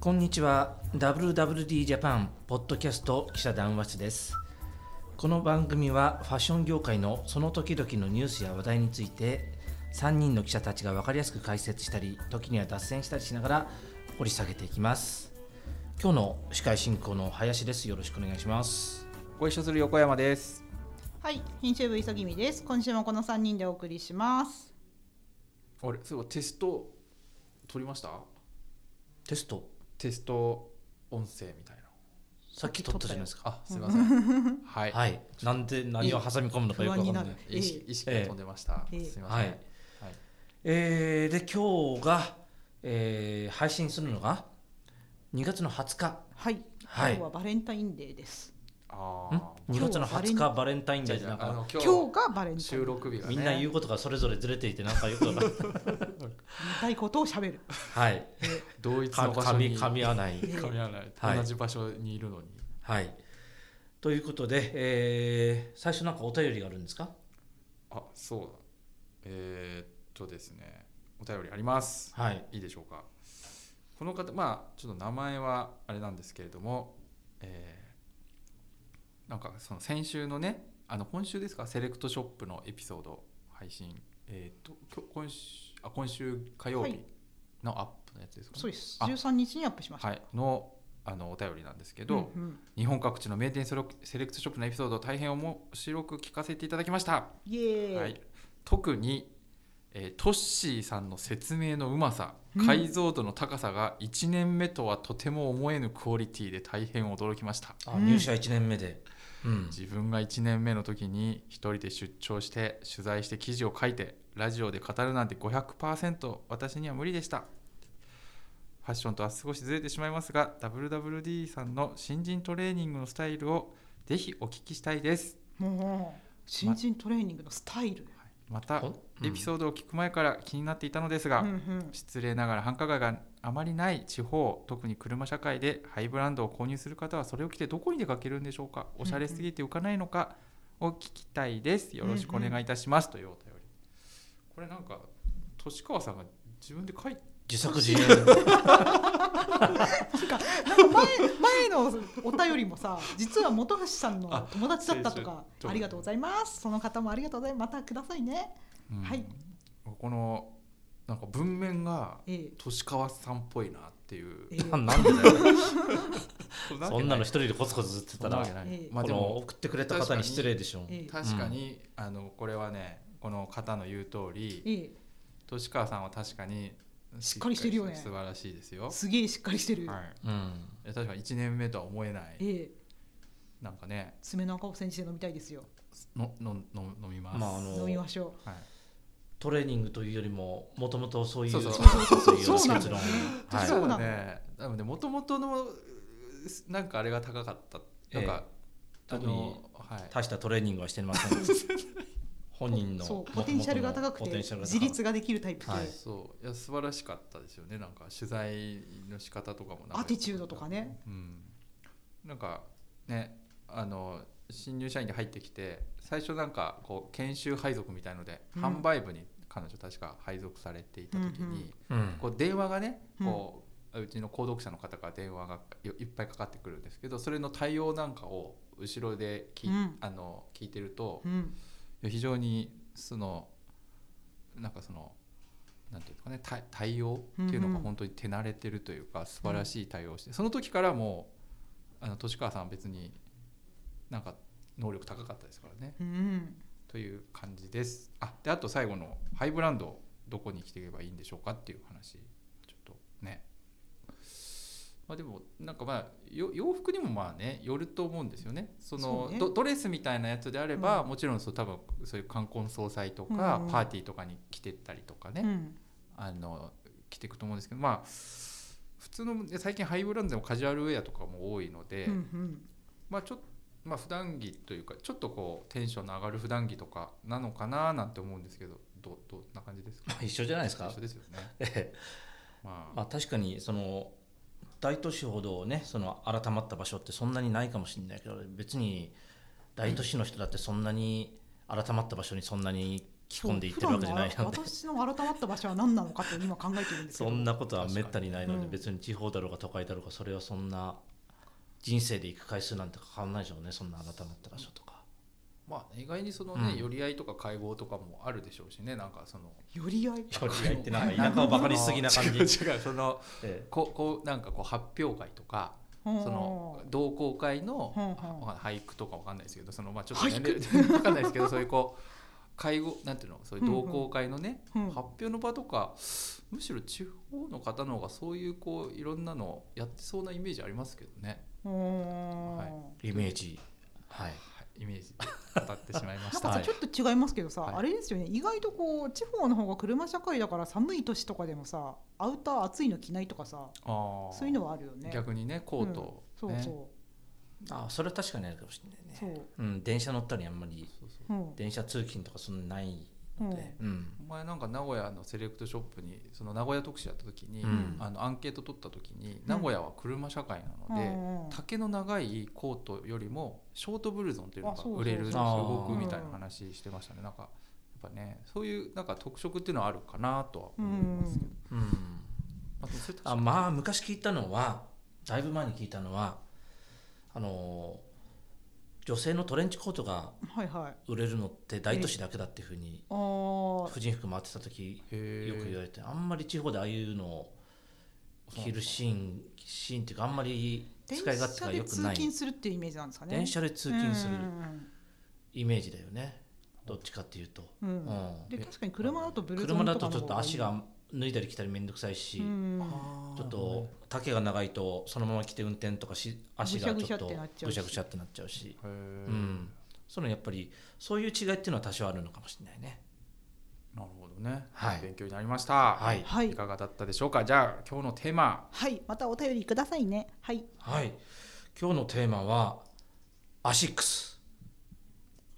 こんにちは WWD ジャパンポッドキャスト記者談話室ですこの番組はファッション業界のその時々のニュースや話題について3人の記者たちが分かりやすく解説したり時には脱線したりしながら掘り下げていきます今日の司会進行の林ですよろしくお願いしますご一緒する横山です。はい、編集部急ぎみです。今週もこの三人でお送りします。あれ、そういえばテスト取りましたテストテスト音声みたいな。さっき撮ったじゃないですかあ、すみま せん。はい。はいなんで何を挟み込むのかよくわかんない不安になる意識意識が飛んでました。ええすみまはせん。い、えーで今日が、えー配信するのが2月の20日はい、はい今日はバレンタインデーです。あんあ。 2月の20今日日はバレンタインじデゃーであじなゃんああかの今今日日がバレンタインデー。収録日がね。みんな言うことがそれぞれずれていてなんかよくわかんない言いたいことをしゃべる。 はい同一かの場所噛みに噛み合わない噛み合わないはい同じ場所にいるのに。はいということで、えー最初なんかお便りがあるんですかあ、そうだ。えーっとですね。お便りあります。はいいいでしょうかこの方まあちょっと名前はあれなんですけれども、えーなんかその先週のねあの今週ですかセレクトショップのエピソード配信えっ、と今日今週あ今週火曜は日いのアップのやつですかそうですあ。十三日にアップしました。はい、のあのお便りなんですけど、うんうん日本各地の名店セレクセレクトショップのエピソードを大変面白く聞かせていただきました、イエーイ。はい、特に、えートッシーさんの説明のうまさうん解像度の高さが1年目とはとても思えぬクオリティで大変驚きましたあうん入社1年目で、うん自分が1年目の時に一人で出張して取材して記事を書いてラジオで語るなんて500%私には無理でしたファッションとは少しずれてしまいますが WWD さんの新人トレーニングのスタイルをぜひお聞きしたいですもう新人トレーニングのスタイル。またほんうんエピソードを聞く前から気になっていたのですが、うんうん失礼ながら繁華街があまりない地方特に車社会でハイブランドを購入する方はそれを着てどこに出かけるんでしょうかおしゃれすぎて浮かないのかを聞きたいですよろしくお願いいたしますというお便りこれなんか年川さんが自分で書いて自作自演なんか前前 のお便りもさ、実は本橋さんの友達だったとあか先、週ありがとうございます。その方もありがとうございます。またくださいね。うんはいこのなんか文面がえー年川さんっぽいなっていうえーななんでだよそんそんなの一知っ人でコツコツずってたならわけないええまあこでのも送ってくれた方に失礼でしょうえー確かにあのこれはねこの方の言う通りえー年川さんは確かにしっかりしてるよね素晴らしいですよ。すげえしっかりしてる。はいうんいや、確かに1年目とは思えないえーなんかね爪の赤を煎じて飲みたいですよ。ののの飲みます。まああの飲みましょはい、トレーニングというよりももともとそういうそうそうそういうそうなん結論だよねはいそうなのね。多分ね元々のうなんかあれが高かったなんか、ええあのはい大したトレーニングはしてませ ん本人う。のそう元々ポのテンシャルが高くポてテンシャルが高い自立ができるタイプで、はいそういや素晴らしかったですよねなんか取材の仕方とかもなんかアティチュードとかね。うん、なんかねあの新入社員で入ってきて最初なんかこう研修配属みたいので、うん販売部に彼女確か配属されていた時に、うんうんうんこう電話がねこう、うちの購読者の方から電話がよいっぱいかかってくるんですけどそれの対応なんかを後ろで聞,、うんあの聞いてると、うん、非常にそのなんかそのなんていうんですかね対対応っていうのうんがうん本当に手慣れてるというか素晴らしい対応をして、その時からもうあの年川さんは別になんか能力高かったですからねうん、という感じですあであと最後のハイブランドどこに着ていけばいいんでしょうかっていう話ちょっとねまあでもなんかまあよ洋服にもまあねよると思うんですよねそのそうねドドレスみたいなやつであれば、うんもちろんそう多分そういう冠婚葬祭とか、うんうんパーティーとかに着てったりとかね、うん、あの着ていくと思うんですけどまあ普通ので最近ハイブランドでもカジュアルウェアとかも多いので、うんうん、まあちょっとまあ普段着というかちょっとこうテンションの上がる普段着とかなのかななんて思うんですけどどどんな感じですか一緒じゃないですか一緒ですよね。ええまあ、まあ確かにその大都市ほどねその改まった場所ってそんなにないかもしれないけど別に大都市の人だってそんなに改まった場所にそんなに着込んでいってるわけじゃないそうの普で段の私の改まった場所は何なのかって今考えてるんですそけどんなことはめったにないので、うん別に地方だろうが都会だろうがそれはそんな人生で行く回数なんて変わんないでしょうねそんな改まった場所とかまあ意外にそのうねん寄り合いとか会合とかもあるでしょうしねなんかその寄り合い距離合いってなんか田舎をバカにしすぎな感 違うじ、違うそのえこうこうなんかこう発表会とかそその同好会のうんうんわかんない俳句とかわかんないですけどそのまあちょっと年齢 わかんないですけどそういうこう会合なんていうのそういう同好会のね、うんうん発表の場とかむしろ地方の方の方がそういうこういろんなのやってそうなイメージありますけどね、はいえイメージはいはい、イメージ語ってしまいまなしんか た。はさいちょっと違いますけどさ、はいあれですよね意外とこう地方の方が車社会だから寒い年とかでもさアウター暑いの着ないとかさあーそういうのはあるよね逆にねコート、そうねそあそれは確かにあるかもしれないうねそううん電車乗ったりあんまりそうそううん電車通勤とかそんなないうんので、うんお前なんか名古屋のセレクトショップにその名古屋特集やった時に、うんあのアンケート取った時に名古屋は車社会なので、うんうん丈の長いコートよりもショートブルゾンというのあがそうそう売れるんですあよー僕みたいな話してましたねなんかやっぱねそういうなんか特色っていうのはあるかなとはう思いますけど、んうん、まあでもそれ確かあにまあ昔聞いたのはだいぶ前に聞いたのはあの女性のトレンチコートがはいはい売れるのって大都市だけだっていうふうにあー婦人服回ってた時へよく言われれてあんまり地方でああいうのを着るシーンシーンっていうかあんまり使い勝手が良電く車なで通い勤するっていうイメージなんですかね電車で通勤するうんイメージだよねどっちかっていうと、うんううんんで確かに車だとブルーゾー車ンだかとのちょっと足方が脱いだり着たり面倒くさいいし、いうんちょっと丈が長いとそのまま着て運転とかし足がちょっとぐしゃぐしゃってなっちゃうしぐしゃぐしゃってなっちゃうし、へえ、うん、そのやっぱりそういう違いっていうのは多少あるのかもしれないね。なるほどね、はい勉強になりました、はいはいかがだったでしょうかじゃあ今日のテーマはいまたお便りくださいねはいはい、今日のテーマはアシックス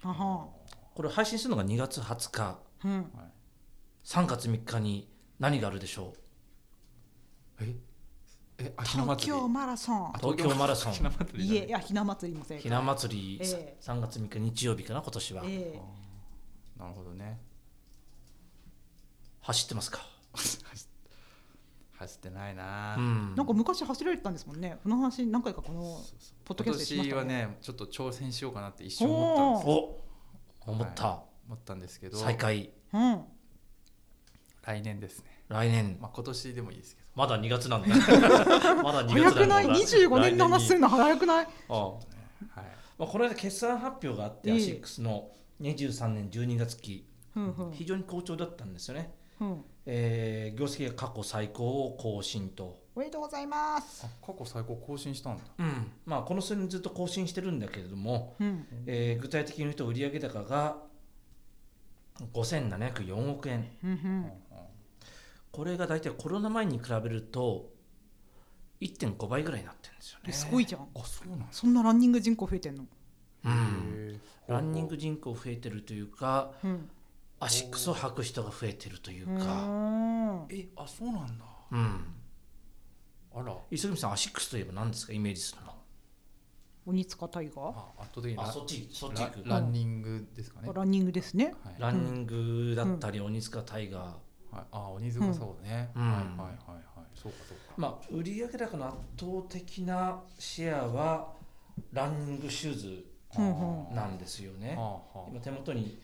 ははこれ配信するのが2月20日うん3月3日に何があるでしょええ足の東祭り京マラソンあ東京マラソン東京マラソンいえいやひな祭りもう正ひ解な祭りええ3月3日日曜日かな今年はええなるほどね走ってますか、走ってないな、うん、なんか昔走られてたんですもんねこの話何回かこのポッドキャ今ストでしま年したはねちょっと挑戦しようかなって一瞬思ったんですよお思った、思ったんですけど再開うん来年ですね来年まあ今年でもいいですけどまだ2月 なんだまだ2月早くないの来25年の話するの早くない来年にああはいまあ、この間決算発表があって、ええアシックスの23年12月期、うんうん非常に好調だったんですよね、うんえー業績が過去最高を更新と、おめでとうございますあ過去最高更新したんだまあ、この数年ずっと更新してるんだけれども、うんえー具体的に言うと売上高が5704億円うんうんこれが大体コロナ前に比べると1.5倍ぐらいになってるんですよえねすごいじゃんあそうなんそんなランニング人口増えてんのうんへえランニング人口増えてるというかうんアシックスを履く人が増えてるといううか、ーんえあそうなんだうん、あら磯組さんアシックスといえば何ですかイメージするの鬼塚大河あ圧倒的にあラそっちそっち行ラくランニングですかねランニングですねはいランニングだったり鬼塚大河、はいあ鬼塚そうねうんはいはいはいはいそうかそうかまあ売上高の圧倒的なシェアはランニングシューズうんはなんですよあねはあは今手元に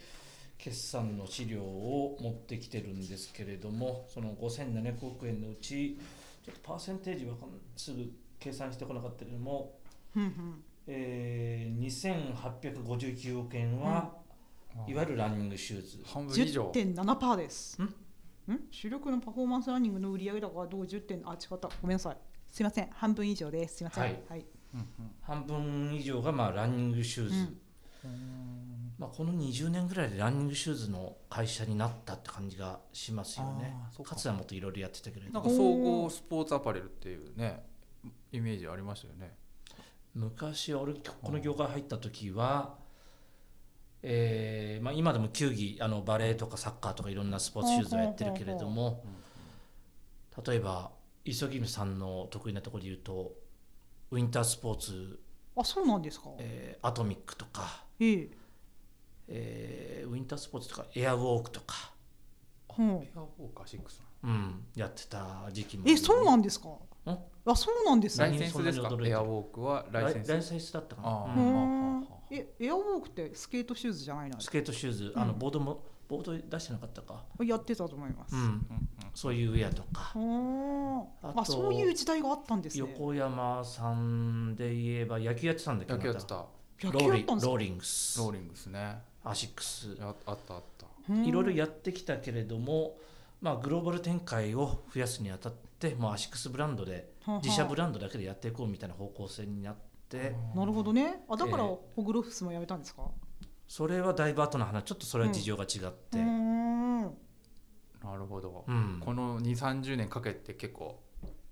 決算の資料を持ってきてるんですけれどもその5700億円のうちちょっとパーセンテージわかんすぐ計算してこなかったけれども、うんうんえー、2859億円は、あいわゆるランニングシューズ、半分以上10.7%ですんん主力のパフォーマンスランニングの売上高はどう10あ違ったごめんなさいすいません半分以上ですすいませんはいはいうん半分以上がまあランニングシューズ、うんうんまあ、この20年ぐらいでランニングシューズの会社になったって感じがしますよねあーそうかかつてはもっといろいろやってたけれなどんか総合スポーツアパレルっていうねイメージありましたよね昔俺この業界入った時は、えーまあ、今でも球技あのバレーとかサッカーとかいろんなスポーツシューズをやってるけれども例えば磯君さんの得意なところで言うとウィンタースポーツ、あそうなんですかえーアトミックとか、えええーウィンタースポーツとかエアウォークとか、うんエアウォーカー6なうん、やってた時期もえそうなんんですかあそうなんですラ何イねセンスですかそんなに驚いてエアウォークはラライイセンライスセンスだったかあなーう、うんんえエアウォークってスケートシューズじゃないのスケートシューズあのボードも、ボード出してなかったか、やってたと思いますうあん、うんうんそういうウェアとか、ああとあそういう時代があったんですね横山さんで言えば野球やってたんだけど野球やってまたた野ロ球ーやリったんンですローかリングスローリングスねアシックスやあったあったいろいろややってきたけれども、まあ、グローバル展開を増やすにあたってもうアシックスブランドで自社ブランドだけでやっていこうみたいな方向性になってなるほどねあだからええホグロフスもやめたんですかそれはだいぶ後の話ちょっとそれは事情が違って、ううーんんなるほど、この2 3 0年かけて結構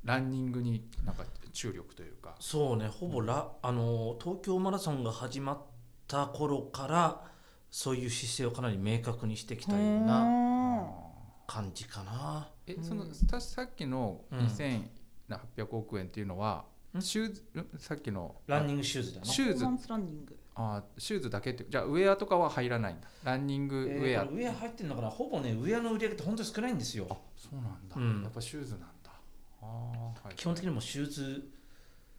ランニングになんか注力というかそうねほぼラあの東京マラソンが始まった頃からそういう姿勢をかなり明確にしてきたようなな感じかな。えそのうんささっきのうん2800億円っていうのは、んシューズんさっきのランニングシューズだねシューズパフォーマンスランニングあーシューズだけってじゃあウェアとかは入らないんだランニングウえーェア、これウェア入ってるのかなほぼねウェアの売り上げって本当に少ないんですよあそうなんだ、うんやっぱシューズなんだあー、はい、基本的にもうシューズ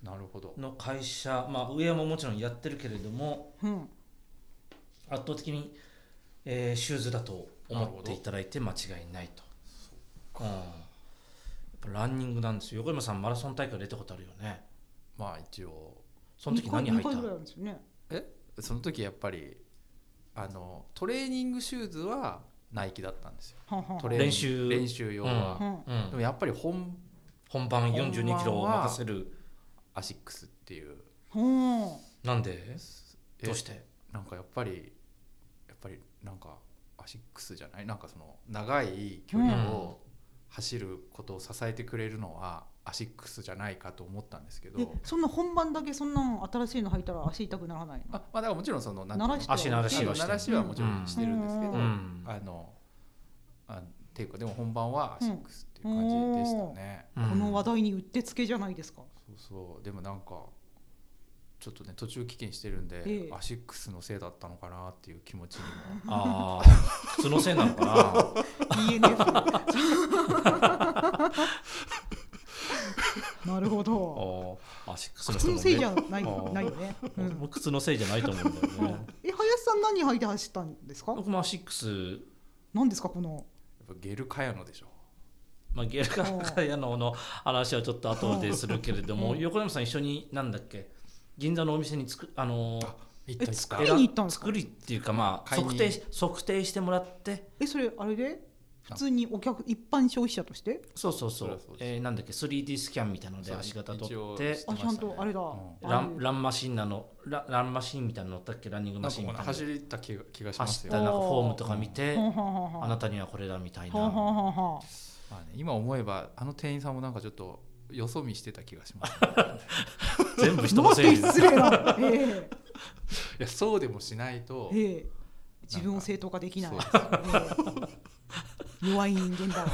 なるほどの会社、まあ、ウェアももちろんやってるけれどもうん圧倒的に、えーシューズだと思っていただいて間違いないと、うん、やっぱランニングなんですよ横山さんマラソン大会出たことあるよねまあ一応その時何入二った回二回ぐらいあるんですよねその時やっぱりあのトレーニングシューズはナイキだったんですよはんはんはんトレーニング練習練習用は、うんうでんもやっぱり本本番本4 2キロ番をは任せるアシックスっていううんなんでえどうしてなんかやっぱりやっぱりなんかアシックスじゃないなんかその長い距離を走ることを支えてくれるのはアシックスじゃないかと思ったんですけど、えそんな本番だけそんなん新しいの履いたら足痛くならないあのまあだからもちろんそのなんていうの鳴らして足は鳴ら足しのはして鳴るらしはもちろんしてるんですけど、ううんあのあっていうかでも本番はアシックスっていう感じでしたね。うんこの話題にうってつけじゃな いですかそうそうでもなんかちょっとね途中棄権してるんで、ええアシックスのせいだったのかなっていう気持ちにもああ靴のせいなの かな ENF なるほどあーアシックスの靴のせいじゃんないあないよね、う僕んも靴のせいじゃないと思うんだようんねえ林さん何履いて走ったんですか僕もアシックス何ですかこのやっぱゲルカヤノでしょまあ、ゲルカカヤノの話はちょっと後でするけれども、うん横山さん一緒になんだっけ銀座のお店につくあのーあ行ったえ行った作りに行ったんですか作りっていうかまあ買い測に定し測定してもらってえそれあれで普通にお客一般消費者としてそうそうそそうりゃそうですえーなんだっけ 3D スキャンみたいなのでそう足型一撮応ってしあちゃ出んましたねとあれだ、うんラあるンランマシンなのラランマシンみたいなの乗ったっけランニングマなんかシンみこたいうな走った気が気がしま走すっよ、たまなんかフおーォームとか見てはんはんはんはあんなたにはこれだみたいはんはなんはんはんあね、今思えばあの店員さんもなんかちょっとよそ見してた気がし ます、全部人のなんせいて です失礼な、ええいやそうでもしないと、ええ自分を正当化できない、なんええ弱い人間だ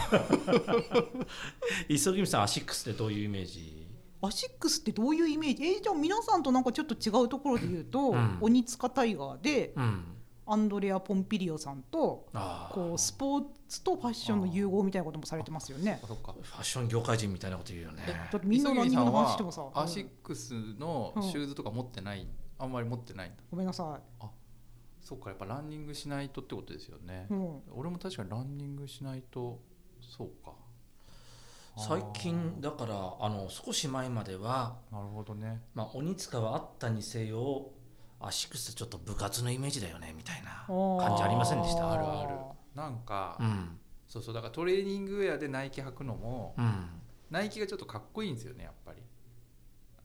磯君さんアシックスってどういうイメージアシックスってどういうイメージえーじゃあ皆さんとなんかちょっと違うところで言うと、うん鬼塚タイガーでうんアンドレア・ポンピリオさんとああこうスポーツとファッションの融合みたいなこともされてますよねあそっかファッション業界人みたいなこと言うよねだってみんなランニングの話してもさ、磯君さんはアシうッんクスのシューズとか持ってない、あんまり持ってないんだごめんなさそっかやっぱランニングしないとってことですよね、い、うん、俺も確かにランニングしないとそうか最近だだからあの少し前までは、なるほどねまあ、鬼塚はあったにせよアシックスちょっと部活のイメージだよねみたいな感じありませんでしあたああるるあるなんか、うんそうそうだからトレーニングウェアでナイキ履くのも、うんナイキがちょっとかっこいいんですよねやっぱり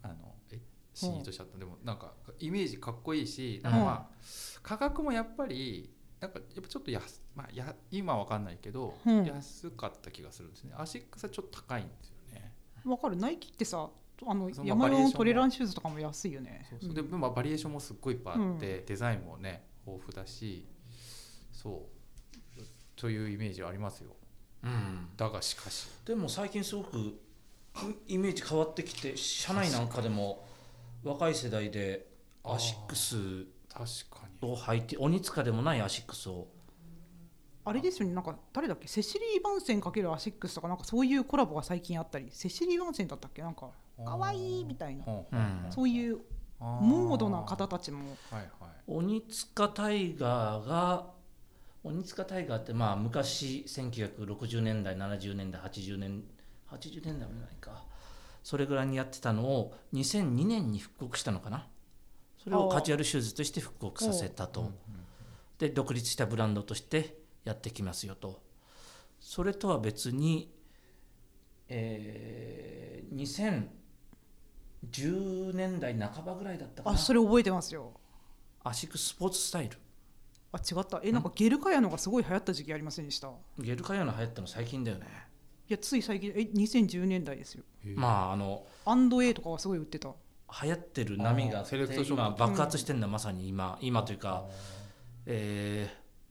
あのえシーンとしちゃった、でもなんかイメージかっこいいしなんかまあ、価格もやっぱりなんかやっぱちょっと安、まあ、や今はわかんないけど、うん安かった気がするんですねアシックスはちょっと高いんですよねわかるナイキってさあのそのバ山リエーション用ものトレランシューズとかも安いよねそうそううんででもバリエーションもすっごいいっぱいあって、うデザインもね豊富だしそうというイメージはありますようん、だがしかしでも最近すごくうイメージ変わってきて社内なんかでも若い世代でアシックス確かにを履いて鬼塚でもないアシックスをあれですよねなんか誰だっけセシリー・バンセン×アシックスとかなんかそういうコラボが最近あったりセシリー・バンセンだったっけなんか可愛いみたいなほううんそういうモードな方たちもはいはい鬼塚タイガーが鬼塚タイガーってまあ昔1960年代70年代80年80年代もないかそれぐらいにやってたのを2002年に復刻したのかなそれをカジュアルシューズとして復刻させたうんとで独立したブランドとしてやってきますよとそれとは別に、えー2010年代半ばぐらいだったかあなそれ覚えてますよアシックスポーツスタイルあ違ったえなんかゲルカヤのがすごい流行った時期ありませんでしたいゲルカヤの流行ったの最近だよね、やつい最近え2010年代ですようんへえまああのアンド A とかはすごい売ってた流行ってる波がああってーセレクトショップ今爆発してんだ、まさに今今というか、え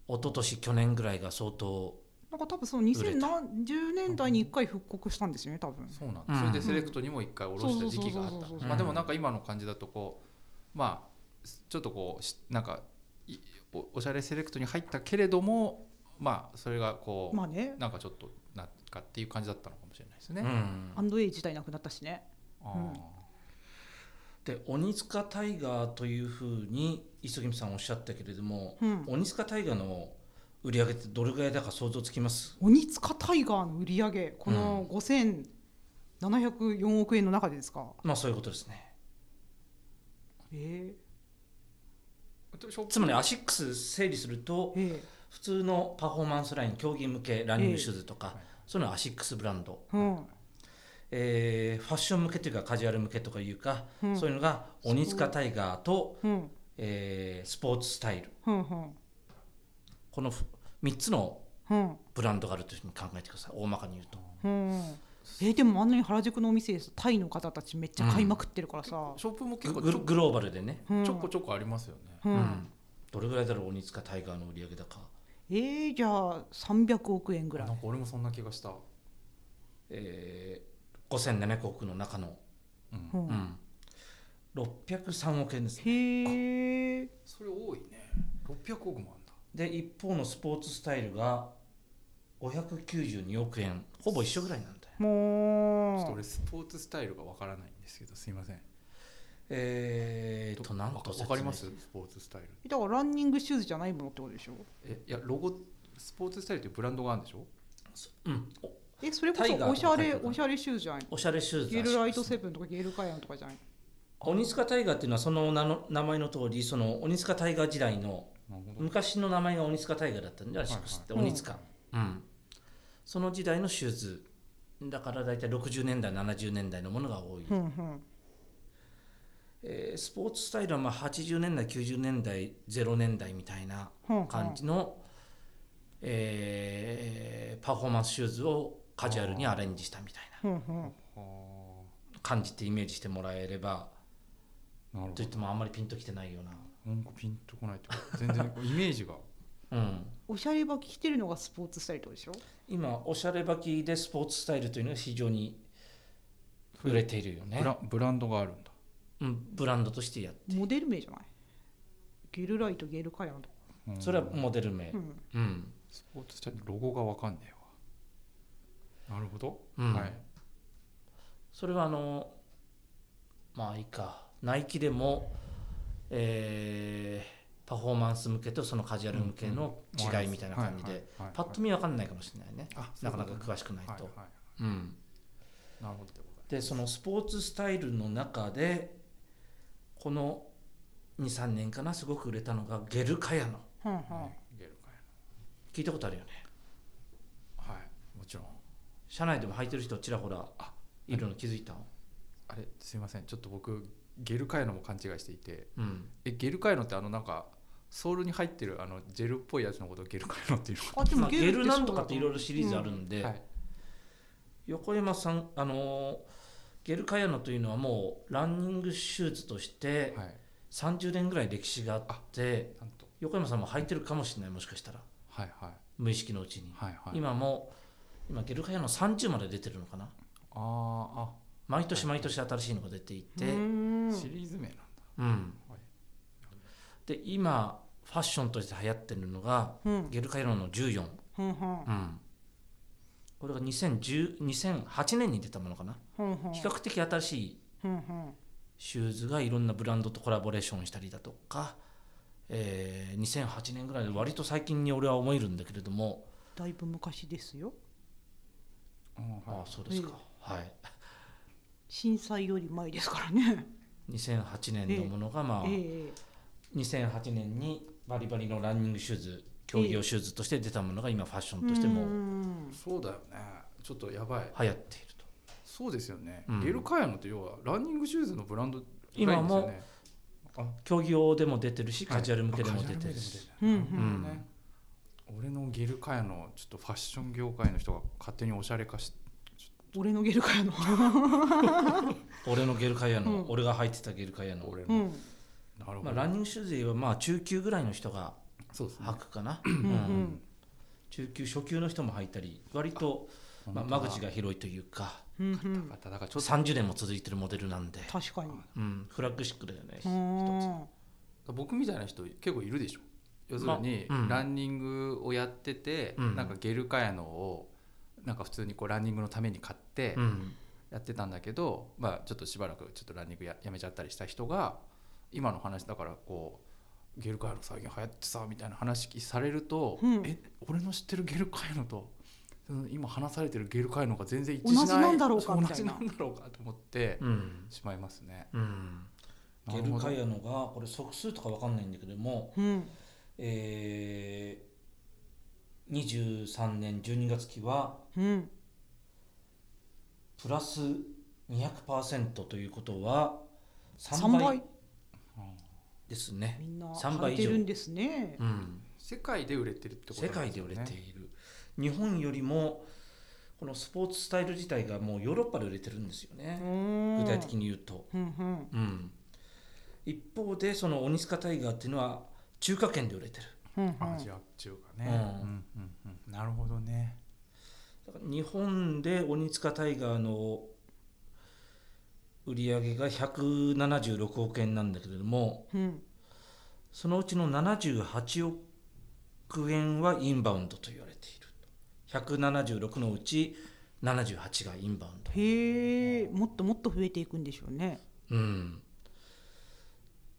ー、一昨年去年ぐらいが相当なんか多分その売れた2010年代に1回復刻したんですよね多分そうなんうんだそれでセレクトにも一回下ろした時期があそうそうそうそうったそうまあでもなんか今の感じだとこうまあちょっとこうしなんかいおおしゃれセレクトに入ったけれどもまあそれがこう、まあねなんかちょっとなんかっていう感じだったのかもしれないですね、うあんアンド A 自体なくなったしねあうんで鬼塚タイガーというふうに磯君さんおっしゃったけれども、うん鬼塚タイガーの売り上げってどれぐらいだか想像つきます鬼塚タイガーの売り上げこの5704億円の中でですか、まあそういうことですねえショップつまりアシックス整理するとー、え普通のパフォーマンスライン競技向けランニングシューズとか、ええそういうのはアシックスブランドー、うんえーファッション向けというかカジュアル向けとかいうか、うんそういうのが鬼塚タイガーと、うんえースポーツスタイルうんうんこの3つのうんブランドがあるというふうに考えてください大まかに言うとうんえー、でもあんなに原宿のお店ですタイの方たちめっちゃ買いまくってるからさ、ショップも結グ構グちロょグローバルでね、うんちょこちょこありますよね、うんうんどれぐらいだろう鬼塚タイガーの売り上げ高、えー、じゃあ300億円ぐらいなんか俺もそんな気がした、えー、5700億の中の、うんうんうん、603億円ですへえそれ多いね600億もあんだで一方のスポーツスタイルが592億円ほぼ一緒ぐらいなんだよもちょっとう俺スポーツスタイルがわからないんですけどすいませんえー、となんとわ説明かりますスポーツスタイルだからランニングシューズじゃないものってことでしょえいやロゴスポーツスタイルというブランドがあるんでしょうん、おえそれこタそイガーおとしかゃタイれガーとかおしゃれシューズじゃないのおしゃれシューズゲルライトセブブンとかゲルカヤンとかじゃない鬼塚タイガーっていうのはその名の名前の通りその鬼塚タイガー時代のなるほど昔の名前が鬼塚タイガーだったんじゃはいシはッいクスって鬼塚、うん、その時代のシューズだから大体60年代70年代のものが多い、のうんえースポーツスタイルはまあ80年代90年代0年代みたいなうん感じの、えーパフォーマンスシューズをカジュアルにアレンジしたみたいなうんうんは感じってイメージしてもらえればあなるとほ言どってもあんまりピンときてないよなんかピンとこないというか全然こうイメージ がうな、うん、おしゃれば着てるのがスポーツスタイルってことでしょ今おしゃればきでスポーツスタイルというのが非常に売れているよねブラブランドがあるんだうんブランドとしてやってモデル名じゃないゲルライトゲルカヤンとか、うんそれはモデル名うん、うん、スポーツスタイルロゴがわかんねえわなるほど、うんはいそれはあのまあいいかナイキでも、えーパフォーマンス向けとそのカジュアル向けの違いみたいな感じで、はいはいはいパッと見分かんないかもしれないねあそなういうかこなとか詳しくないと、はいはうん、いなるほどでございでそのスポーツスタイルの中でこの23年かなすごく売れたのがゲルカヤのはんはますねんゲルカヤ聞いたことあるよねのはいもちろん社内でも履いてる人ちらほらあいるの気づいたあれすいませんちょっと僕ゲルカヤのも勘違いしていてうんえゲルカヤノってあのなんかソールに入ってるあのジェルっぽいやつのことをゲルカヤノっていうのあでまもあゲルゲってルなんとかっていろいろろシリーズあるんで、はい、横山さんあのーゲルカヤノというのはもうランニングシューズとしてはい、 30年ぐらい歴史があってなんと横山さんも履いてるかもしれないもしかしたらはいはい無意識のうちに、はいはい今も今ゲルカヤノ30まで出てるのかなあーあ毎年毎年新しいのが出ていて、うあんシリーズ名なんだ、うんはいで今ファッションとして流行ってるのがうんゲルカイロの14、ふんふんうん、これが2010 2008年に出たものかなふんふん比較的新しいふんふんシューズがいろんなブランドとコラボレーションしたりだとか、えー2008年ぐらいで割と最近に俺は思えるんだけれどもだいぶ昔ですようんあはあそうですか、はい震災より前ですからね2008年のものがまあ、ええ2008年にバリバリのランニングシューズ競技用シューズとして出たものが今ファッションとしてうもいんそうだよねちょっとやばい流行っているとそうですよね、うんゲルカヤノって要はランニングシューズのブランド今もぐらいですよね競技用でも出てるしカジュアル向けでもあカ出ジュアてルる向しけでもうん出てるなるほどね俺のゲルカヤノちょっとファッション業界の人が勝手におしゃれ化し俺のゲルからの俺のゲルカイヤの、うん俺が履いてたゲルカイヤの、俺うの、んなるほど、まあ、ランニングシューズで言えばまあ中級ぐらいの人がそうですね履くかな、うんうん中級初級の人も履いたり割とまあ、間口が広いというかうんうだんからだからちょっ30年も続いてるモデルなんで、確かにうん、フラッグシックだよね、うんと僕みたいな人結構いるでしょ要するに、まあうんランニングをやってて、うんなんかゲルカヤノをなんか普通にこうランニングのために買ってうん、やってたんだけど、まあちょっとしばらくちょっとランニングややめちゃったりした人が今の話だからこうゲルカヤノ最近流行ってさみたいな話されると、うんえ俺の知ってるゲルカヤノとその今話されてるゲルカヤノが全然一致同しじないなんだろうかそうみ同たいなじなんだろうかと思ってうんしまいますね。うん、なゲるほルどカイヤのがこれ即数とかわかんないんだけども、うんえー、23年12月期はうんプラス200%ということは三3倍倍ですねみんな三履倍い以て上るんですねうん、世界で売れてるってこと世界で売れている日本よりもこのスポーツスタイル自体がもうヨーロッパで売れてるんですよね、具具体的に言うと、うんうんうん、一方でその鬼塚タイガーっていうのは中華圏で売れてるうんうんアジア中華ね、うんうんうんうんなるほどねだから日本で鬼塚タイガーの売り上げが176億円なんだけれどもうんそのうちの78億円はインバウンドと言われている176のうち78がインバウンドへえもっともっと増えていくんでしょうねうん、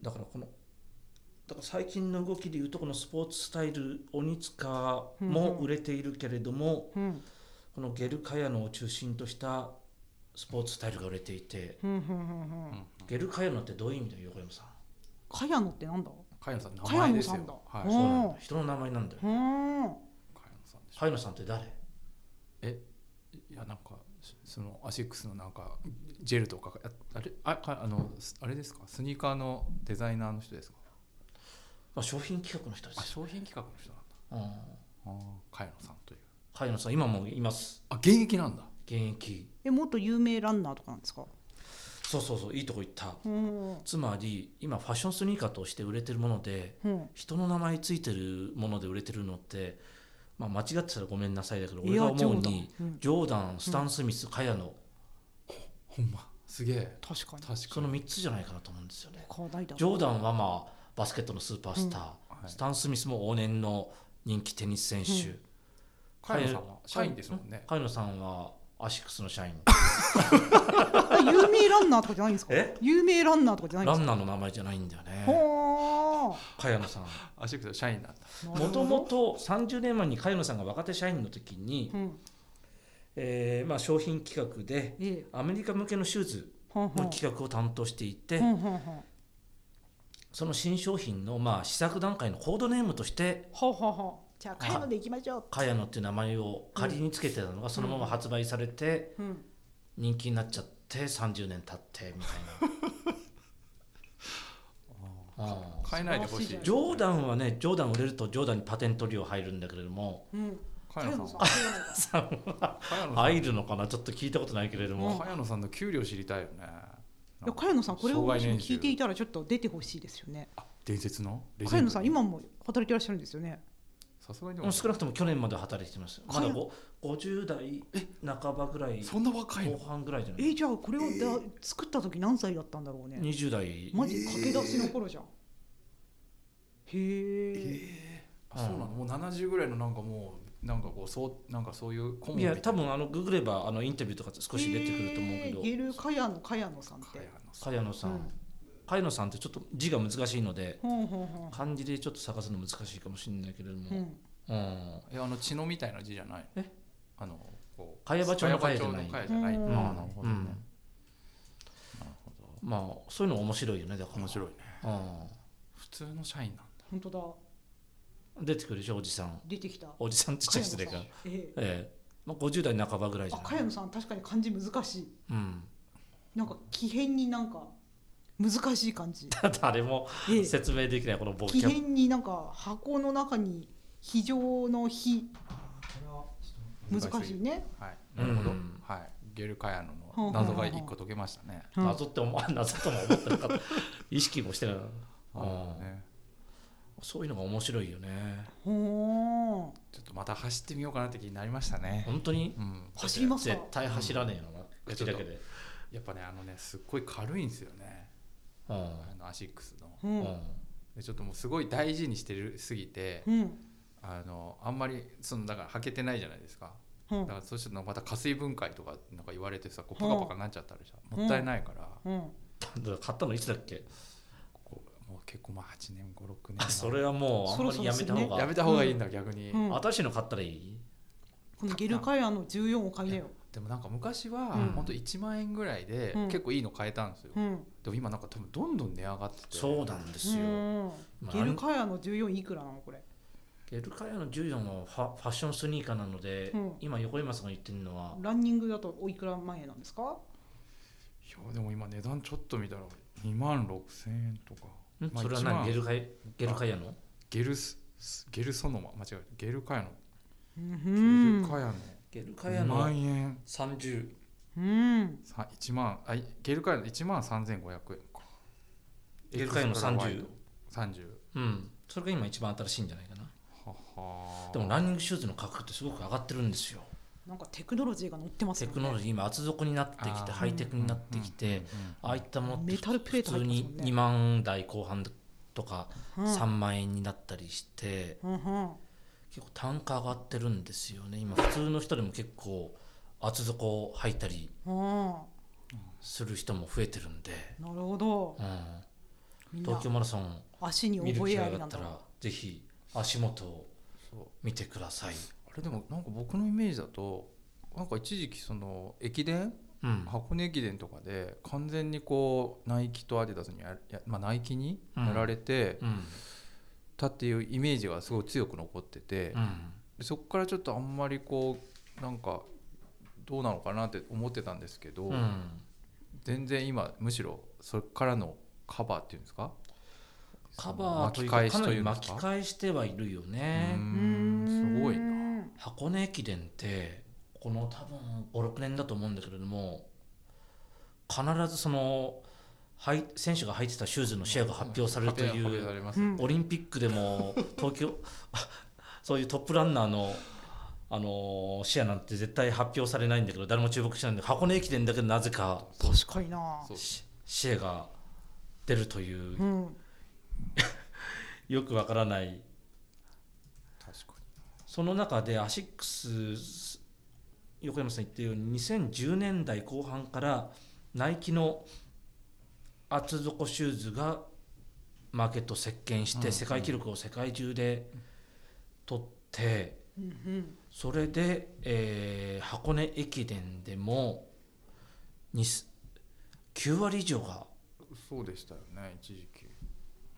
だからこのだから最近の動きでいうとこのスポーツスタイル鬼塚も売れているけれども、うんこのゲルカヤノを中心としたスポーツスタイルが売れていて、うんうんうんうんゲルカヤノってどういう意味だよ横山さん、かやのってなんだ茅野さん名茅野前ですさんだよはいうん茅そうなんだ人の名前なんだよ、うん野さんでしょカヤノさんって誰いやなんかそのアシックスのなんかジェルとかああれあかあのすあれですかスニーカーのデザイナーの人ですかまあ、商品企画の人であすよ、商品企画の人なんだうん、あー茅野さんというカヤノさん今もいますあ現役なんだ現役えもっと有名ランナーとかなんですかそうそうそういいとこ行ったうんつまり今ファッションスニーカーとして売れてるものでうん人の名前ついてるもので売れてるのって、まあ、間違ってたらごめんなさいだけどい俺やが思うに冗談うんジョーダンスタン・スミス、カヤノほんますげえ確かに確そかのに3つじゃないかなと思うんですよね。課題だジョーダンはまあバスケットのスーパースター、はいスタン・スミスも往年の人気テニス選手、茅野さんは社員ですもんねカヤノさんはアシックスの社員あ有名ランナーとかじゃないんですかえ有名ランナーとかじゃないラんですンかナーの名前じゃないんだよねほカヤノさんアシックスの社員なんだーもともと30年前にカヤノさんが若手社員の時に、うんえーまあ、商品企画でええアメリカ向けのシューズほんほんの企画を担当していて、ほんほんほんその新商品のまあ試作段階のコードネームとしてほうほうほうじゃあ買いので行きましょうカヤノっていう名前を仮につけてたのがそのまま発売されてうん人気になっちゃって30年経ってみ たいな。うん変えないでほしい素晴らしいじゃんジョーダンはねジョーダン売れるとジョーダンにパテント料入るんだけれどもうん茅野 さん茅野さん茅野さん入るのかなちょっと聞いたことないけれども、茅野さんの給料知りたいよねいや茅野さんこれをもしも聞いていたたらちょっと出てほしいですよね伝説のレジェ茅ンド野さん今も働いてらっしゃるんですよねさすがにででも少なくとも去年までは働いてますよまカだヤご50代半ばぐらいそんな若いの後半ぐらいじゃないえじゃあこれをだ作った時何歳だったんだろうね20代マジ駆け出しの頃じゃんへええー、あそうなの、もう70ぐらいのなんかもうなんかこうそうなんかそういう顧問いみたやいな多分あのググればあのインタビューとか少し出てくると思うけどゲルカヤのカヤノさんっかてやのさ茅野さうんん茅野さんってちょっと字が難しいのでほんほんほん漢字でちょっと探すの難しいかもしれないけれどうもんうんえあの血のみたいな字じゃないのえあのこう茅場町の茅じゃない茅場町の茅じゃないうんああなるほどね、うんなるほどまあそういうの面白いよねだから面白いねう普通の社員なんだ本当だん出てくるでしょおじさん出てきたおじさんって言っちゃ失礼か茅野さんええええまあ、50代半ばぐらいじあゃなカいヤノさん確かに漢字難しいうん なんか奇変になんか難しい 感じ誰もええ説明できないこのボキ奇ャブ変になんか箱の中に非常の非難しいねはい、うなんるほど、はい、ゲルカヤノの謎が一個解けましたね。うん謎って思わ 謎とも思ってなかった意識もしてなかった、なるほどうんねそういうのが面白いよねほちょっとまた走ってみようかなって気になりましたね。本当にうんー、走りますか絶対走らねえよな、ガチだけで、やっぱねあのねすっごい軽いんですよねうんあのアシックスの。ううんんでちょっともうすごい大事にしてるすぎてうんあのあんまりそのだから履けてないじゃないですか。うだんからそうしたらまた加水分解とかなんか言われてさこうパカパカになっちゃったりさもったいないから。うんだから買ったのいつだっけこうもう結構まあ8年56年あそれはもうあんまりやめたそろそろで方すが、やめた方がいいんだ、逆に、うん新しいの買ったらいいこのゲルカヤの14を買いなよでもなんか昔はうん本当1万円ぐらいでうん結構いいの買えたんですよ、うんでも今なんか多分どんどん値上がっててそうなんですよ、うんまあゲルカヤの14いくらなのこれゲルカヤの14はファファッションスニーカーなので、うん今横山さんが言ってるのはランニングだとおいくら前なんですかいやでも今値段ちょっと見たら2万6千円とか、んまあそれは一何万ゲルカヤゲルカヤのゲルスゲルソノマ間違えたゲルカヤの、うんゲルカヤのゲルカヤ2の万円30うんさ1万あいゲルカヤの1万3500円かゲルカヤの30 30うんそれが今一番新しいんじゃないかなははでもランニングシューズの価格ってすごく上がってるんですよなんかテクノロジーが乗ってますテよねクノロジー今厚底になってあきてーハイテクになってきてああいったものってメタルプレ普ート通入ってますにもん2ね万台後半とかうん3万円になったりしてうんうん結構単価上がってるんですよね今普通の人でも結構厚底を履いたりうんする人も増えてるんで、なるほどうん、みんな東京マラソン足に見る覚機えあ会がりあなっんただらぜひ足元をそう見てください、あれでもなんか僕のイメージだとなんか一時期その駅伝うん箱根駅伝とかで完全にこうナイキとアディダスにややまあ、ナイキにやられてうんたっていうイメージがすごい強く残っててう、ん、でそこからちょっとあんまりこうなんかどうなのかなって思ってたんですけど、うん全然今むしろそれからのカバーっていうんですかカバーという巻かき返かしなといりうんで巻すきか返してはいるようーね、んすごいなな箱根駅伝ってこの多分56年だと思うんだけれども必ずそのはい選手が履いてたシューズのシェアが発表されるとい発表さうれますうんオリンピックで も東京あそういうトップランナーのあのシェアなんて絶対発表されないんだけど誰も注目しないんで箱根駅伝だけなぜか確かになそうシシェアが出るといううんよくわからない確かその中でアシックス横山さん言ったように2010年代後半からナイキの厚底シューズがマーケットを席巻しうんうてん世界記録を世界中で取ってうんそれで、えー箱根駅伝でもにす9割以上がにそうでしたよね一時期、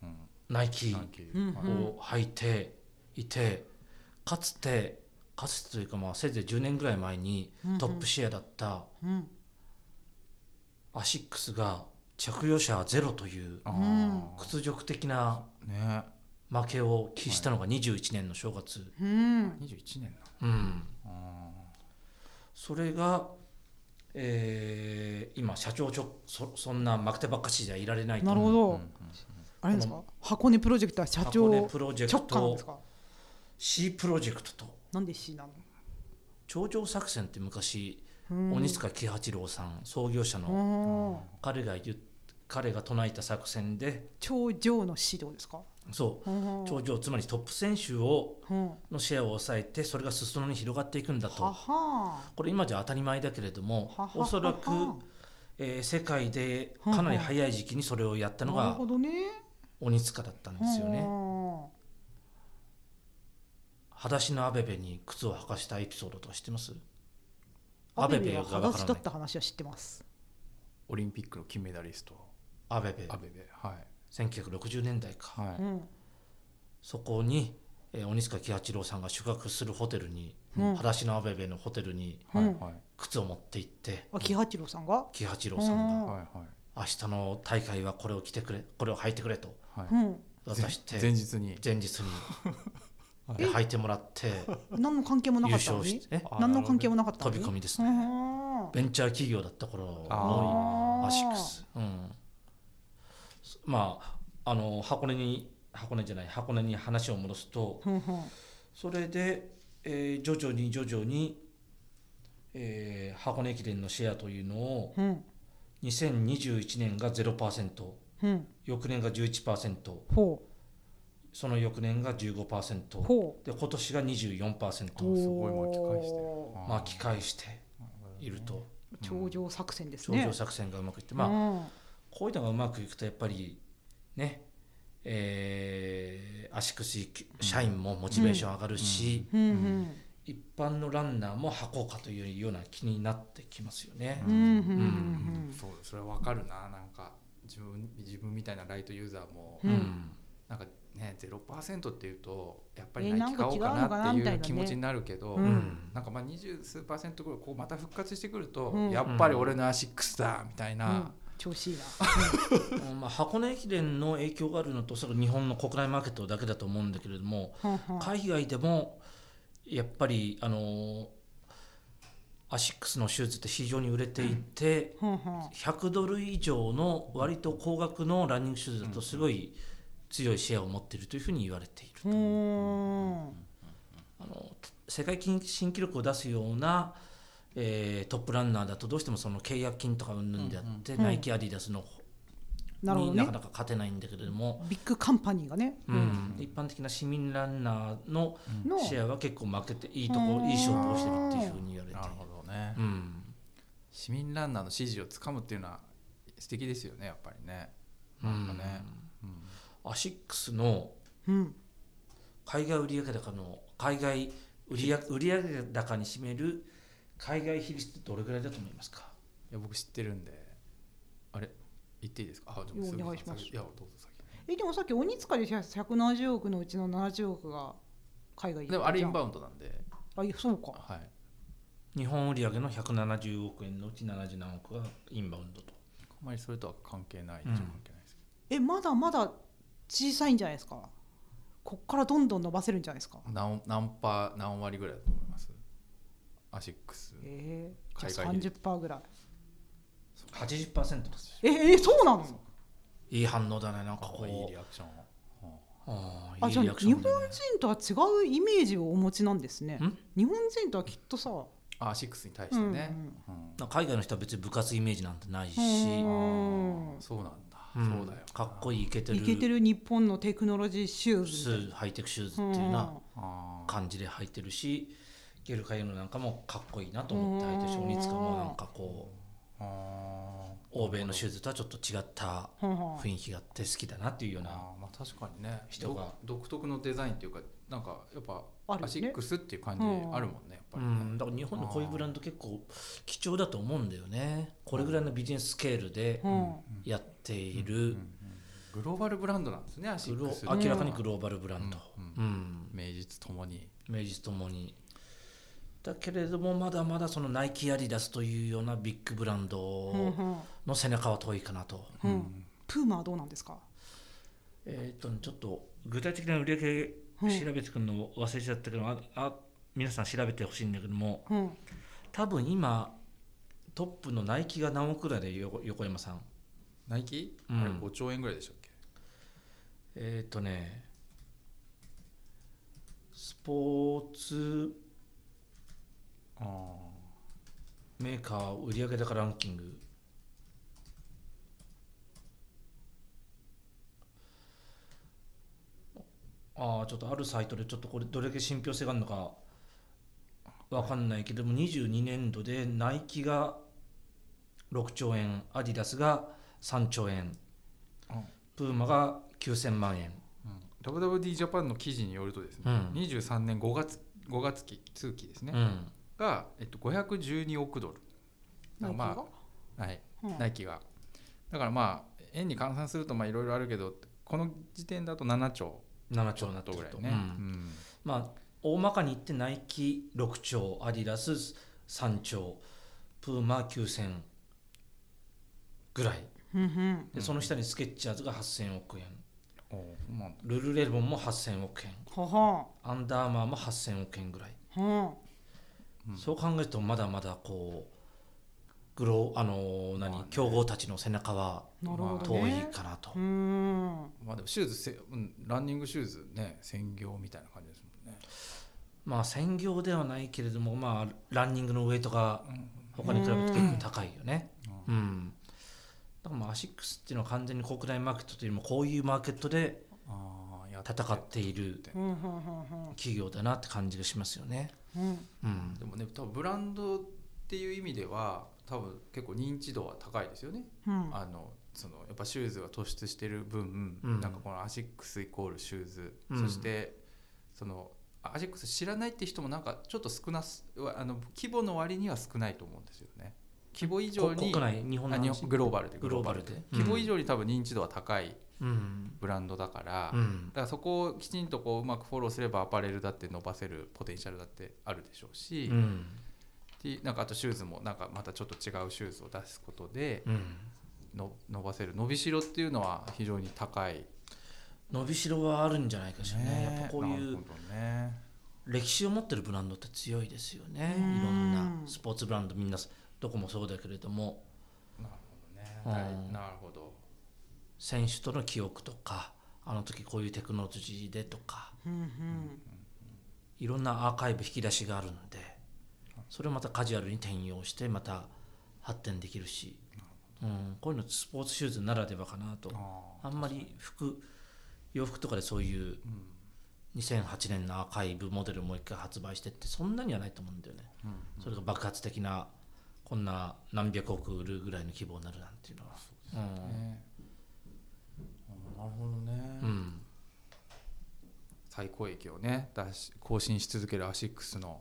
うん、ナイキナイキうんはいを履いていてかつてかつてというかまあせいぜい10年ぐらい前にうんうんトップシェアだったうんアシックスが着用者ゼロというあ屈辱的なーね負けを喫したのが21年の正月、うん二21年なうん、あそれが、えー今社長ちょそそんな負けてばっかしじゃいられないとなるほーどうんあれですか箱根プロジェクトは社長箱根プロジェ直ク下なんですトか C プロジェクトとなんで C なの頂上作戦って昔うん鬼塚喜八郎さん創業者うのん彼が言っ彼が唱えた作戦で頂上の指導ですかそううん頂上つまりトップ選手をうんはのシェアを抑えてそれが裾野に広がっていくんだとはこれ今じゃ当たり前だけれどもははおそらくはは、えー世界でははかなり早い時期にそれをやったのなるがほどね鬼塚だったんですよね。うん裸足のアベベに靴を履かしたエピソードとか知ってますアアベベベベががわから裸足だないった話は知ってますオリンピックの金メダリストアベベ安倍部はい1960年代か、はういんそこに、えー鬼塚喜八郎さんが宿泊するホテルに、うん裸足のアベベのホテルにはいうんはい靴を持って行ってあ喜八郎さんが喜八郎さんがうはんいはい明日の大会はこれを着てくれこれを履いてくれとはいうん渡して前日に前日に はいで履いてもらって何の関係もな優かったの勝しにてえあ何の関係もなかった飛のびに込びみです込ねみベンチャー企業だった頃のあアシックス、うん、そまああの箱根に箱根じゃない箱根に話を戻すとふんふんそれで、えー徐々に徐々に、えー箱根駅伝のシェアというのをうん2021年が0%うん翌年が11%ほその翌年が15%うほで今年がう24%すごい巻き返しておーあー巻き返していると頂上作戦です頂ね上作戦がうまくいって、まああこういうのがうまくいくとやっぱりねえー、アシックス社員もモチベーション上がるし、うんうん一般のランナーも箱かというような気になってきますよねう。んうんうんんそうそれわかるななんか自分自分みたいなライトユーザーもうんなんかね0%っていうとやっぱえりーナイキ買おうかなんか違うのかななっていみたいなうね気持ちになるけどうんなんかまあ二十数パーセントぐらいこうまた復活してくると、うんやっぱり俺のアシックスだみたいうんな、調子いいなうんまあ、箱根駅伝の影響があるのとおそらく日本の国内マーケットだけだと思うんだけれどもふんふん海外でもやっぱりあのーアシックスのシューズって非常に売れていて、ふんふん100ドル以上の割と高額のランニングシューズだとすごい強いシェアを持っているというふうに言われている、うーんあの世界新記録を出すような、えートップランナーだとどうしてもその契約金とか云々であって、うんうんナイキアディダスのなるほどになかねなか勝てないんだけれども、ビッグカンパニーがねうん一般的な市民ランナーののシェアは結構負けていいとこうんいい勝負をしてるっていうふうに言われていなるほどね、る、うん市民ランナーの支持をつかむっていうのは素敵ですよねやっぱりね。なんかね、うんアシックスのうん海外売上高の海外売上売上高に占める海外比率ってどれぐらいだと思いますかいや僕知ってるんであれ言っていいですかあでおもすぐ願いします先いやどうぞ先えでもさっき鬼塚で170億のうちの70億が海外でもあれイじゃンんバウンドなんで、あいやそうかはい、日本売上の170億円のうち70何億がインバウンドとあんまりそれとは関係なうい、ん関係ないですけえまだまだ小さいんじゃないですかこっからどんどん伸ばせるんじゃないですかど何何パー何割ぐらいだと思いますアシックスえー、じゃあ海外比30%ぐらい80%ですええそうなのいい反応だねなんかこうあいいリアクションうんあーあいいじゃあリアクションだね日本人とは違うイメージをお持ちなんですねん日本人とはきっとさあアシックスに対してね、うんなんか海外の人は別に部活イメージなんてないし、うんあーそうなんだ、んそうだよかっこいいイケてイケてるる日本のテクノロジーシューシズュみーズハイテクシューズったいていうようなうんあー感じで履いてるしゲルカイのなんかもかっこいいなと思って履いてるしうん鬼塚もなんかこうあ欧米のシューズとはちょっと違ったうんうん雰囲気があって好きだなっていうようーなあーまあ確かにね人が独独特のデザインっていうかなんかやっぱあるよねアシックスっていう感じあるもんねやっぱうりね、ん、だから日本のこういうブランド結構貴重だと思うんだよねこれぐらいのビジネススケールでうんやっているグローバルブランドなんですねアシグッロクスっていうのは明らかにグローバルブランド、ううん名実ともに名実ともにだけれどもまだまだそのナイキアディダスというようなビッグブランドうんの背中は遠いかなと、うんうんプーマはどうなんですかえーっとねちょっと具体的な売り上げ調べてくるの忘れちゃったけど、ああ皆さん調べてほしいんだけどもうん多分今トップのナイキが何億ぐらいで横横山さんナイキ、うんあれ5兆円ぐらいでしたっけえーっ、とねスポーツあメーカー売上高ランキングああちょっとあるサイトでちょっとこれどれだけ信憑性があるのかわかんないけども22年度でナイキが6兆円アディダスが3兆円うんプーマが9000万円 WWD ジャパンの記事によるとですね、うん23年5月5月期通期ですね、うんが、えっと、512億ドルだからまあはいナイキがうんナイキがだからまあ円に換算するとまあいろいろあるけどこの時点だと7兆7ち兆ょになっってとるぐらと、いね、うんうんまあ大まかに言ってナイキ6兆アディダス3兆プーマ9000ぐらいうんうんでその下にスケッチャーズが8000億円おうそうなんだルルレボンも8000億円ははアンダーマーも8000億円ぐらいはうんそう考えるとまだまだこうグローあのー何、まあね強豪たちの背中はあなるほど遠いねかなと、うーんまあでもシューズせ、うん、ランニングシューズね専業みたいな感じですもんね、まあ専業ではないけれどもまあランニングのウエイトがうん他に比べて結構高いよねううん、だからまあアシックスっていうのは完全に国内マーケットというよりもこういうマーケットでああや戦っているうんうんうん企業だなって感じがしますよねうんうんうんでもね多分ブランドっていう意味では多分結構認知度は高いですよね、うんあのそのやっぱシューズが突出してる分、うんなんかこのアシックスイコールシューズ、うんそしてそのアシックス知らないって人もなんかちょっと少なすあの規模の割には少ないと思うんですよね規模以上こに国内日本のあ日話本グローバルでグローバルで規模以上に多分認知度は高いうんブランドだから、うだんからそこをきちんとこううまくフォローすればアパレルだって伸ばせるポテンシャルだってあるでしょうし、うんでなんかあとシューズもなんかまたちょっと違うシューズを出すことでうんの伸ばせる伸びしろっていうのは非常に高い伸びしろはあるんじゃないかしらねえやっぱこういなうるほどね歴史を持ってるブランドって強いですよねうんいろんなスポーツブランドみんなどこもそうだけれどもなるほどねうんなるほど選手との記憶とかあの時こういうテクノロジーでとかうんいろんなアーカイブ引き出しがあるんでそれをまたカジュアルに転用してまた発展できるし、うん、こういうのスポーツシューズならではかなとああんまり服洋服とかでそういうー、うん2008年のアーカイブモデルをもう一回発売してってそんなにはないと思うんだよね。うん、それが爆発的なこんな何百億売るぐらいの規模になるなんていうのはねあなるほどね、うんうん最高益をね出し更新し続けるアシックスの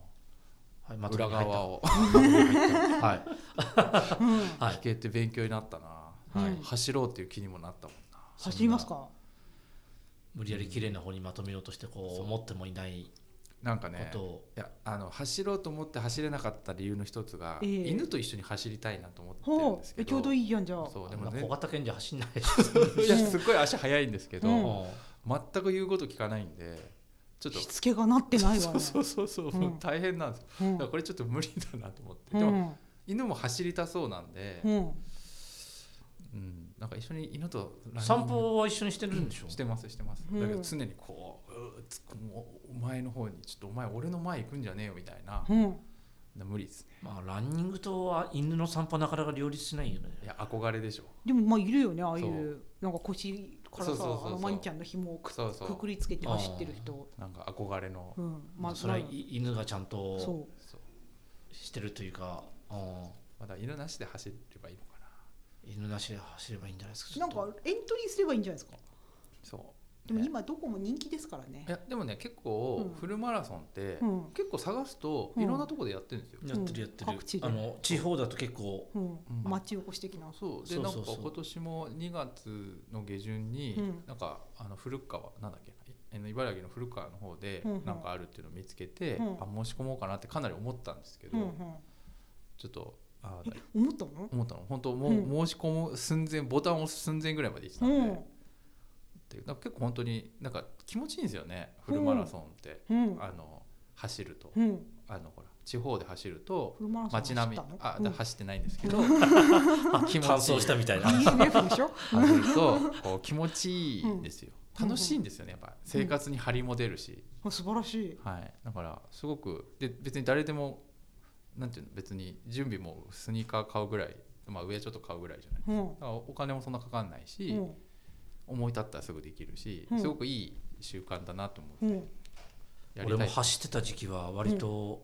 はいまとめ裏に入った側をはいは 聞けて勉強になったな、いはういん走ろうっていう気にもなったもんな走りますか無理やり綺麗な方にまとめようとしてこう思ってもいないなんかこねとをいやあの走ろうと思って走れなかった理由の一つが、ええ犬と一緒に走りたいなと思ってるんほですうけえどちょうどいいじゃんじゃあそうあでんもなね小型犬じゃ走んないでしいやすっごい足速いんですけど、うんょ全く言うこと聞かないんでちょっとしつけがなってないわそうねそうそうそう、うんもう大変なんですようんだからこれちょっと無理だなと思って、うでもん犬も走りたそうなんで、ううんんなんか一緒に犬とランニング散歩は一緒にしてるんでしょしてますしてます、うんだけど常にこううーつもうお前の方にちょっとお前俺の前行くんじゃねえよみたいな、うん無理ですねまあランニングとは犬の散歩はなかなか両立しないよねいや憧れでしょでもまあいるよねああいそううなんか腰からそうさそうそうそうあのワンちゃんの紐をくそうそうくくりつけて走ってる人なんか憧れの、うんまあそれは犬がちゃんとそうそうしてるというかうんまだ犬なしで走ればいいのかな犬なしで走ればいいんじゃないですかなんかエントリーすればいいんじゃないですかそうでもね今どこも人気ですからねいやでもね結構うんフルマラソンって、うん結構探すとうんいろんなとこでやってるんですよ、やってるやってる、うん各地であの地方だと結構うんん町おこし的なそうでそうなそんうかそう今年も2月の下旬に、うんなんかあの古川なんだっけなあの茨城の古川の方でうんうんなんかあるっていうのを見つけて、うんあ申し込もうかなってかなり思ったんですけど、うんうんちょっとあえ思ったの思ったの本当もう、う申し込む寸前ボタンを押す寸前ぐらいまで行ってたんで、うんっていうなんか結構本当になんか気持ちいいんですよねフルマラソンって、うんあの走ると、うんあのほら地方で走るとフルマラソン街並みあ、走だっ走ってないんですけど 気持乾ちい燥いしたみたいなたのうん EMF でしょ走るとこう気持ちいいんですよ、うん楽しいんですよねやっぱ生活に張りも出るし、あ素晴らしいはい、だからすごくで別に誰でもなんていうの別に準備もスニーカー買うぐらい、まあ、上ちょっと買うぐらいじゃないうんだからお金もそんなかかんないし、うん思い立ったらすぐできるし、うんすごくいい習慣だなと思ってうん俺やりたもい走ってた時期は割と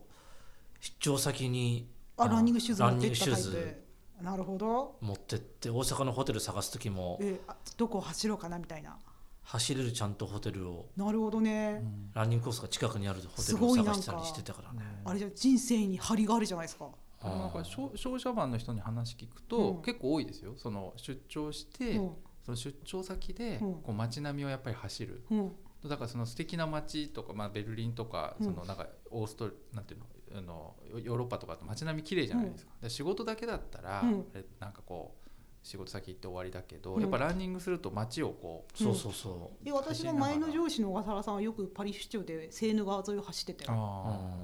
出張先にあランニングシューズ持ランってニングったシュターイズプなるほど持ってって大阪のホテル探す時もえあどこを走ろうかなみたいな走れるちゃんとホテルをなるほどね、うんランニングコースが近くにあるホテすルをごい探したりしてたからねあれじゃ人生に張りがあるじゃないですかあのなんか商商社マンの人に話聞くと、うん結構多いですよその出張して、うんその出張先でうんこう街並みをやっぱり走る、うんだからその素敵な街とか、まあ、ベルリンとかうんそのなんかオーストリなんていうのあのヨヨーロッパとかって街並み綺麗じゃないですか,、で仕事だけだったら、うんあれなんかこう仕事先行って終わりだけど、うんやっぱランニングすると街をこうそうそうそで私の前の上司の小笠原さんはよくパリ出張でセーヌ川沿いを走っててああ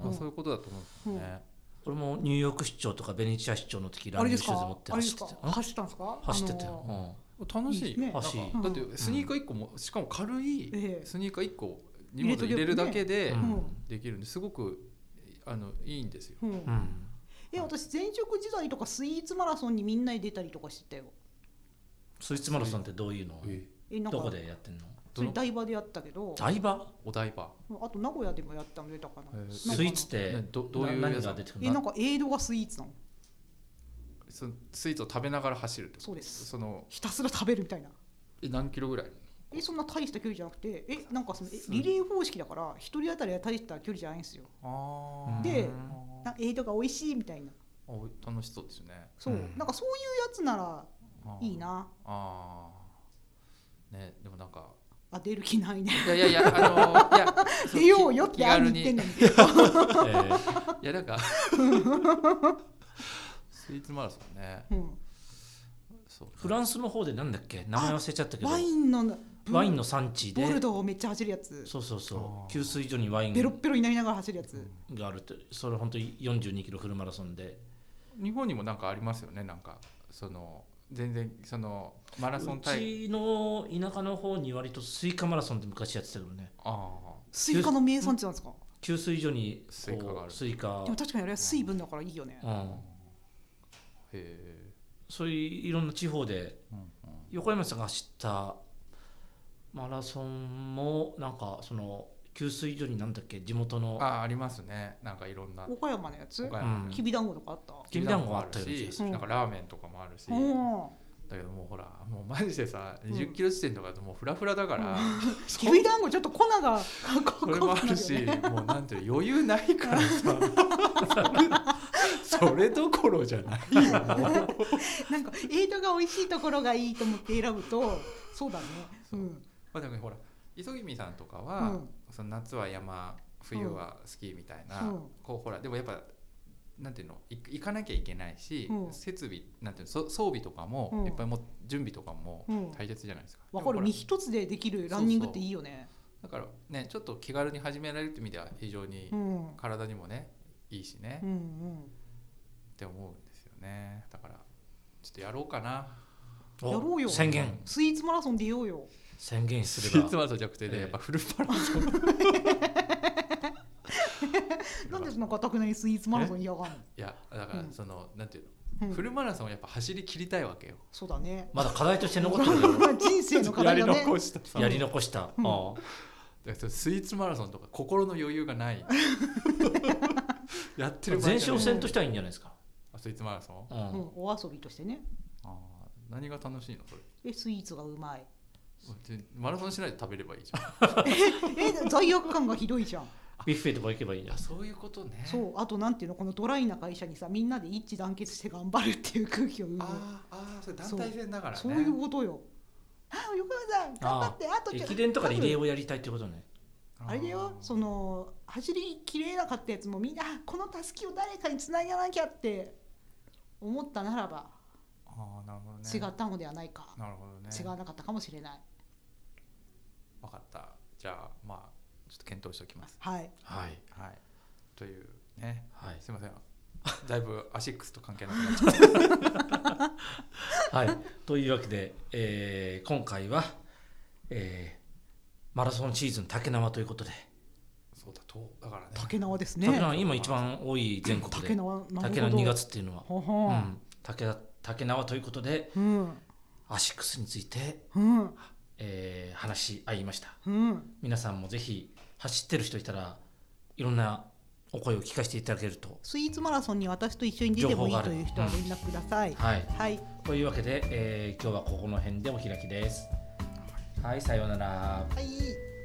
うーんまあ、そういうことだと思うんですよね、う俺もニューヨーク出張とかベネチア出張の時ランれニングですシューズ持かってあれです走ってかたうん走ったんですか走ってたあのようーん楽しいいいですねなんか楽しいだってスニーカー1個も、しかも軽いええスニーカー1個荷入れ物とけば入れるだけうでんできるんですごくあのいいんですよ。うんうんえ私前職時代とかスイーツマラソンにみんなで出たりとかしてたよスイーツマラソンってどういうのええなんかどこでやってんのそれ台場でやったけど台場お台場あと名古屋でもやったの出たかなへえなんかススイーツってねどどういうなや何つが出てくえるなんのかエイドがスイーツなのそのスイーツを食べながら走るってことそうですそのひたすら食べるみたいなえ何キロぐらいえそんな大した距離じゃなくてえなんかそのえリレー方式だから一人当たりは大した距離じゃないんですよあーであなエイドが美味しいみたいなーお楽しそうですねそう、うんなんかそういうやつならあーいいなあーねでもなんかあ出る気ないねいやいやいやあのいやそう出ようよっ気て気軽 兄言にってんのにえーいやなん かスイーツマラソンねうんそうフランスの方でなんだっけ名前忘れちゃったけどワインのワインの産地でボルドーめっちゃ走るやつそうそうそあーう給水所にワインベロッベロになりながら走るやつがあるってそれ本当に42キロフルマラソンで日本にもなんかありますよねなんかその全然そのマラソンう大会ちの田舎の方に割とスイカマラソンって昔やってたけどねああスイカの名産地なんですか給水所にこうスイカがあるスイカでも確かにあれは水分だからいいよねうん、へえ、そういういろんな地方でうんうん横山さんが走ったマラソンもなんかその給水所になんだっけ地元のあありますねなんかいろんな岡山のやつ岡山うんのきびだんごとかあったきびだんごもあったような気しがするなんかラーメンとかもあるし、うんだけどもうほらもうマジでさん2 0キロ地点とかだともうフラフラだ から、きびだんごちょっと粉がそれもあるし、もうなんていうの余裕ないからさそれどころじゃ ないよもう なんかエイドが美味しいところがいいと思って選ぶとそうだねうそうんまあでもほら磯君さんとかうは、んその夏は山冬はスキーみたいな、うんこうほらでもやっぱなんていうのい行かなきゃいけないし、うん設備なんていうのそ装備とかも、うんいっぱいもう準備とかもうん大切じゃないですか。わかでるもほ身ら一つでできるランニングっていいよねだからねちょっと気軽に始められるって意味では非常にうん体にもねいいしね、うっんうんて思うんですよねだからちょっとやろうかなおやろうよ宣言スイーツマラソン出ようよ宣言すスイれーツばマラソンじゃなくてね、ええやっぱフルマラソン なんでそんなかたくなにスイーツマラソン嫌がんいやだからうんその、なんていうの、うのんフルマラソンをやっぱ走り切りたいわけよそうだねまだ課題として残ってる よ 人生の課や題りだね残した さやり残した、うんあだからスイーツマラソンとか心の余裕が ないやってるあ場合前じゃ哨ない戦としてはいいんじゃないですか、あスイーツマラソンうあんうん、お遊びとしてねあ何が楽しいのそれえスイーツがうまいでマラソンしないで食べればいいじゃんえ罪悪感がひどいじゃんビュッフェとか行けばいいんじゃあないですかそういうことねそうあとなんていうのこのドライな会社にさみんなで一致団結して頑張るっていう空気を生むあーあーそれ団体戦だからねそういうことよあ横山さん頑張ってあとちょっと駅伝とかリレーをやりたいってことねあれだよその走りきれなかったやつもみんなあこのたすきを誰かにつながなきゃって思ったならばあーなるほどね違ったのではないか、なるほどね違わなかったかもしれない分かったじゃあまあちょっと検討しておきますはいはいはいというねはいすいませんだいぶアシックスと関係なくなっちゃっ たはい、というわけで、えー今回は、えーマラソンシーズン竹縄ということで、そうだとだからね竹縄です竹ね縄今一番多い全国で竹縄なるほど竹縄2月っていうのは、ほほうん、竹竹縄ということでうんアシックスについてうんえー話し合いましたうん、皆さんもぜひ走ってる人いたらいろんなお声を聞かせていただけるとスイーツマラソンに私と一緒に出てもいいという人は連絡ください。はいはい、というわけで、えー今日はここの辺でお開きですはいさようならはい